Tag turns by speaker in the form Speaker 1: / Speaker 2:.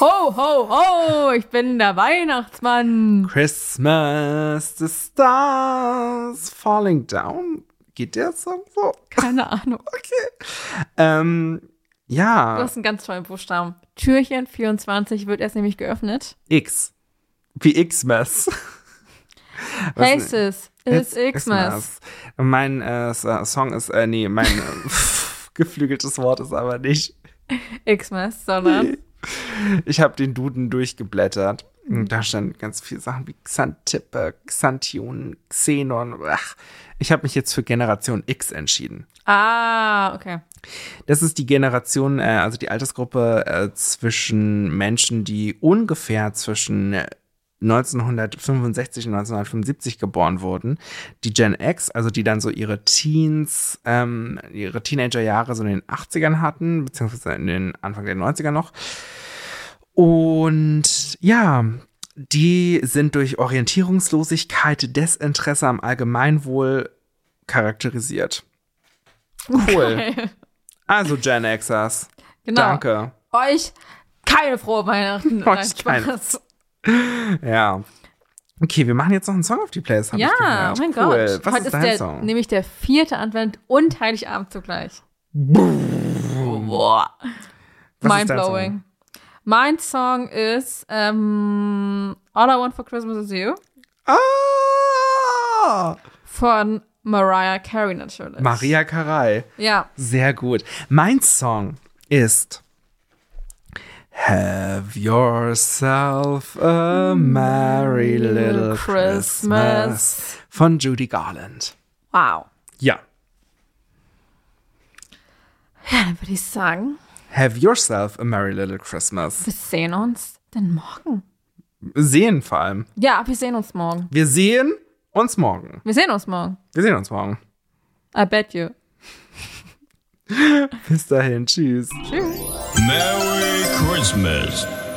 Speaker 1: Ho, ho, ho, ich bin der Weihnachtsmann.
Speaker 2: Christmas, the stars falling down. Geht der Song so?
Speaker 1: Keine Ahnung.
Speaker 2: Ähm,
Speaker 1: Du
Speaker 2: ja,
Speaker 1: hast einen ganz tollen Buchstaben. Türchen 24 wird erst nämlich geöffnet.
Speaker 2: X. Wie Xmas. Was
Speaker 1: Heißt es, es ist Xmas.
Speaker 2: Mein äh, S- äh, Song ist, äh, nee, mein äh, geflügeltes Wort ist aber nicht.
Speaker 1: Xmas, sondern
Speaker 2: Ich habe den Duden durchgeblättert.
Speaker 1: Mhm.
Speaker 2: Und da standen ganz viele Sachen wie Xantippe, Xantion, Xenon. Ach, ich habe mich jetzt für Generation X entschieden.
Speaker 1: Ah, okay.
Speaker 2: Das ist die Generation, äh, also die Altersgruppe äh, zwischen Menschen, die ungefähr zwischen 1965 und 1975 geboren wurden. Die Gen X, also die dann so ihre Teens, ähm, ihre Teenagerjahre so in den 80ern hatten, beziehungsweise in den Anfang der 90er noch. Und ja, die sind durch Orientierungslosigkeit, Desinteresse am Allgemeinwohl charakterisiert. Cool. Also Gen Xers.
Speaker 1: Genau.
Speaker 2: Äh, Danke.
Speaker 1: Euch keine frohe Weihnachten.
Speaker 2: Euch
Speaker 1: Nein, Spaß.
Speaker 2: keine. Ja. Okay, wir machen jetzt noch einen Song auf die Playlist. Hab
Speaker 1: Ja,
Speaker 2: ich
Speaker 1: oh
Speaker 2: gehört.
Speaker 1: mein
Speaker 2: cool.
Speaker 1: Gott.
Speaker 2: Was
Speaker 1: Heute
Speaker 2: ist
Speaker 1: ist
Speaker 2: dein
Speaker 1: der, ne,
Speaker 2: Song?
Speaker 1: nämlich der vierte Advent und Heiligabend zugleich. Oh, Boah.
Speaker 2: Was ist dein
Speaker 1: Mindblowing. Mein Song ist ähm, All I Want for Christmas is You
Speaker 2: Ah!
Speaker 1: von Mariah Carey natürlich.
Speaker 2: Maria Carey.
Speaker 1: Ja.
Speaker 2: Sehr gut. Mein Song ist Have yourself a merry
Speaker 1: Mm,
Speaker 2: little Christmas von Judy Garland.
Speaker 1: Wow.
Speaker 2: Ja.
Speaker 1: Ja, dann würde ich sagen,
Speaker 2: Have yourself a merry little Christmas.
Speaker 1: wir sehen uns dann morgen.
Speaker 2: Sehen vor allem.
Speaker 1: Ja, wir sehen uns morgen.
Speaker 2: Wir sehen uns morgen.
Speaker 1: Wir sehen uns morgen.
Speaker 2: Wir sehen uns morgen.
Speaker 1: I bet you.
Speaker 2: Bis dahin, tschüss.
Speaker 1: Tschüss.
Speaker 3: Merry Christmas.